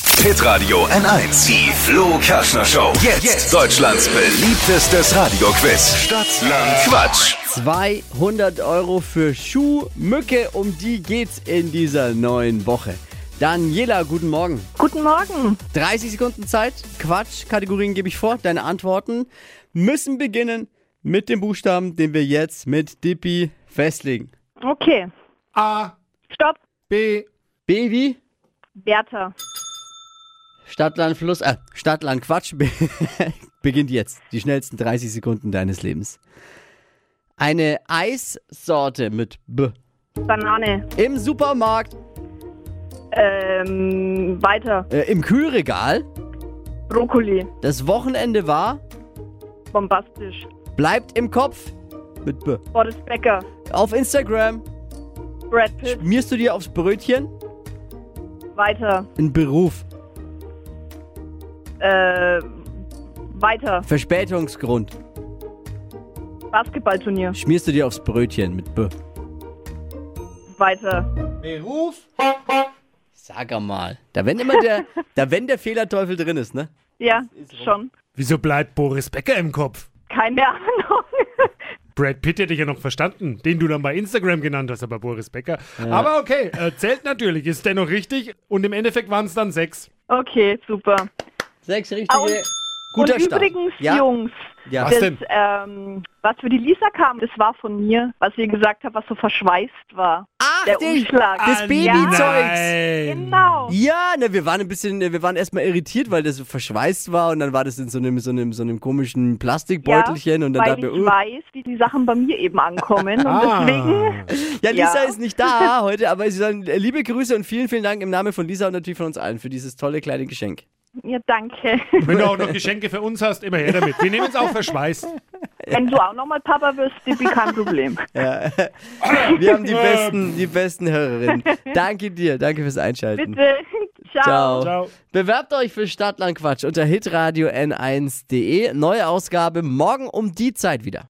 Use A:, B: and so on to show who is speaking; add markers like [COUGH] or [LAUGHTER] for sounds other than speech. A: Hitradio N1. Die Flo Kaschner Show. Jetzt. Jetzt. Deutschlands beliebtestes Radioquiz. Stadt, Land, Quatsch.
B: 200 Euro für Schuhmücke, um die geht's in dieser neuen Woche. Daniela, guten Morgen.
C: Guten Morgen.
B: 30 Sekunden Zeit. Quatsch, Kategorien gebe ich vor. Deine Antworten müssen beginnen mit dem Buchstaben, den wir jetzt mit Dippi festlegen.
C: Okay.
D: A,
C: Stopp.
D: B,
B: Baby,
C: Bertha.
B: Stadtland, Fluss, äh, Stadtland, Quatsch, [LAUGHS] be beginnt jetzt. Die schnellsten 30 Sekunden deines Lebens. Eine Eissorte mit B.
C: Banane.
B: Im Supermarkt,
C: Ähm, weiter.
B: äh, im Kühlregal.
C: Brokkoli.
B: Das Wochenende war,
C: Bombastisch.
B: bleibt im Kopf mit B.
C: Boris Becker.
B: Auf Instagram
C: Brad Pitt.
B: schmierst du dir aufs Brötchen
C: Weiter.
B: einen Beruf.
C: Äh, weiter.
B: Verspätungsgrund
C: Basketballturnier.
B: schmierst du dir aufs Brötchen mit B.
C: Weiter.
D: Beruf,
B: Sag mal. Da wenn immer [LAUGHS] der, da wenn der Fehlerteufel drin ist, ne?
C: Ja, schon.
E: Wieso bleibt Boris Becker im Kopf?
C: Keine Ahnung.
E: Brad Pitt hätte ich ja noch verstanden, den du dann bei Instagram genannt hast, aber Boris Becker. Aber okay, äh, zählt natürlich, ist dennoch richtig. Und im Endeffekt waren es dann sechs.
C: [LAUGHS] Okay, super.
B: Sechs
C: Ah, und-
B: richtige. Guter
C: Und
B: Start.
C: übrigens,
B: ja,
C: Jungs,
B: ja.
E: Was
C: das,
E: denn?
C: ähm, was für die Lisa kam, das war von mir, was ihr gesagt habt, was so verschweißt war.
B: Ach,
C: der
B: die-
C: Umschlag.
B: das
C: Ja,
B: Babyzeug.
E: Nein.
C: Genau.
B: Ja, ne, wir waren ein bisschen, äh, wir waren erstmal irritiert, weil das so verschweißt war und dann war das in so einem, so einem, so einem komischen Plastikbeutelchen
C: ja,
B: und dann Ah.
C: weil
B: dachten wir,
C: ich
B: uh,
C: weiß, wie die Sachen bei mir eben ankommen und deswegen
B: ja, Lisa
C: ja.
B: ist nicht
C: [LAUGHS]
B: da heute, aber sie sagen, äh, liebe Grüße und vielen, vielen Dank im Namen von Lisa und natürlich von uns allen für dieses tolle kleine Geschenk.
C: ja
B: [LAUGHS]
C: danke.
E: Wenn du auch noch Geschenke für uns hast, immer her damit. Wir nehmen es auch verschweißt.
C: Wenn du auch nochmal Papa wirst, Dippi, kein Problem.
B: Wir
C: [LAUGHS]
B: haben die besten, die besten Hörerinnen. Danke dir, danke fürs Einschalten.
C: Bitte.
B: Ciao.
E: Ciao.
B: Bewerbt euch für Stadtlandquatsch unter hitradio n1.de. Neue Ausgabe morgen um die Zeit wieder.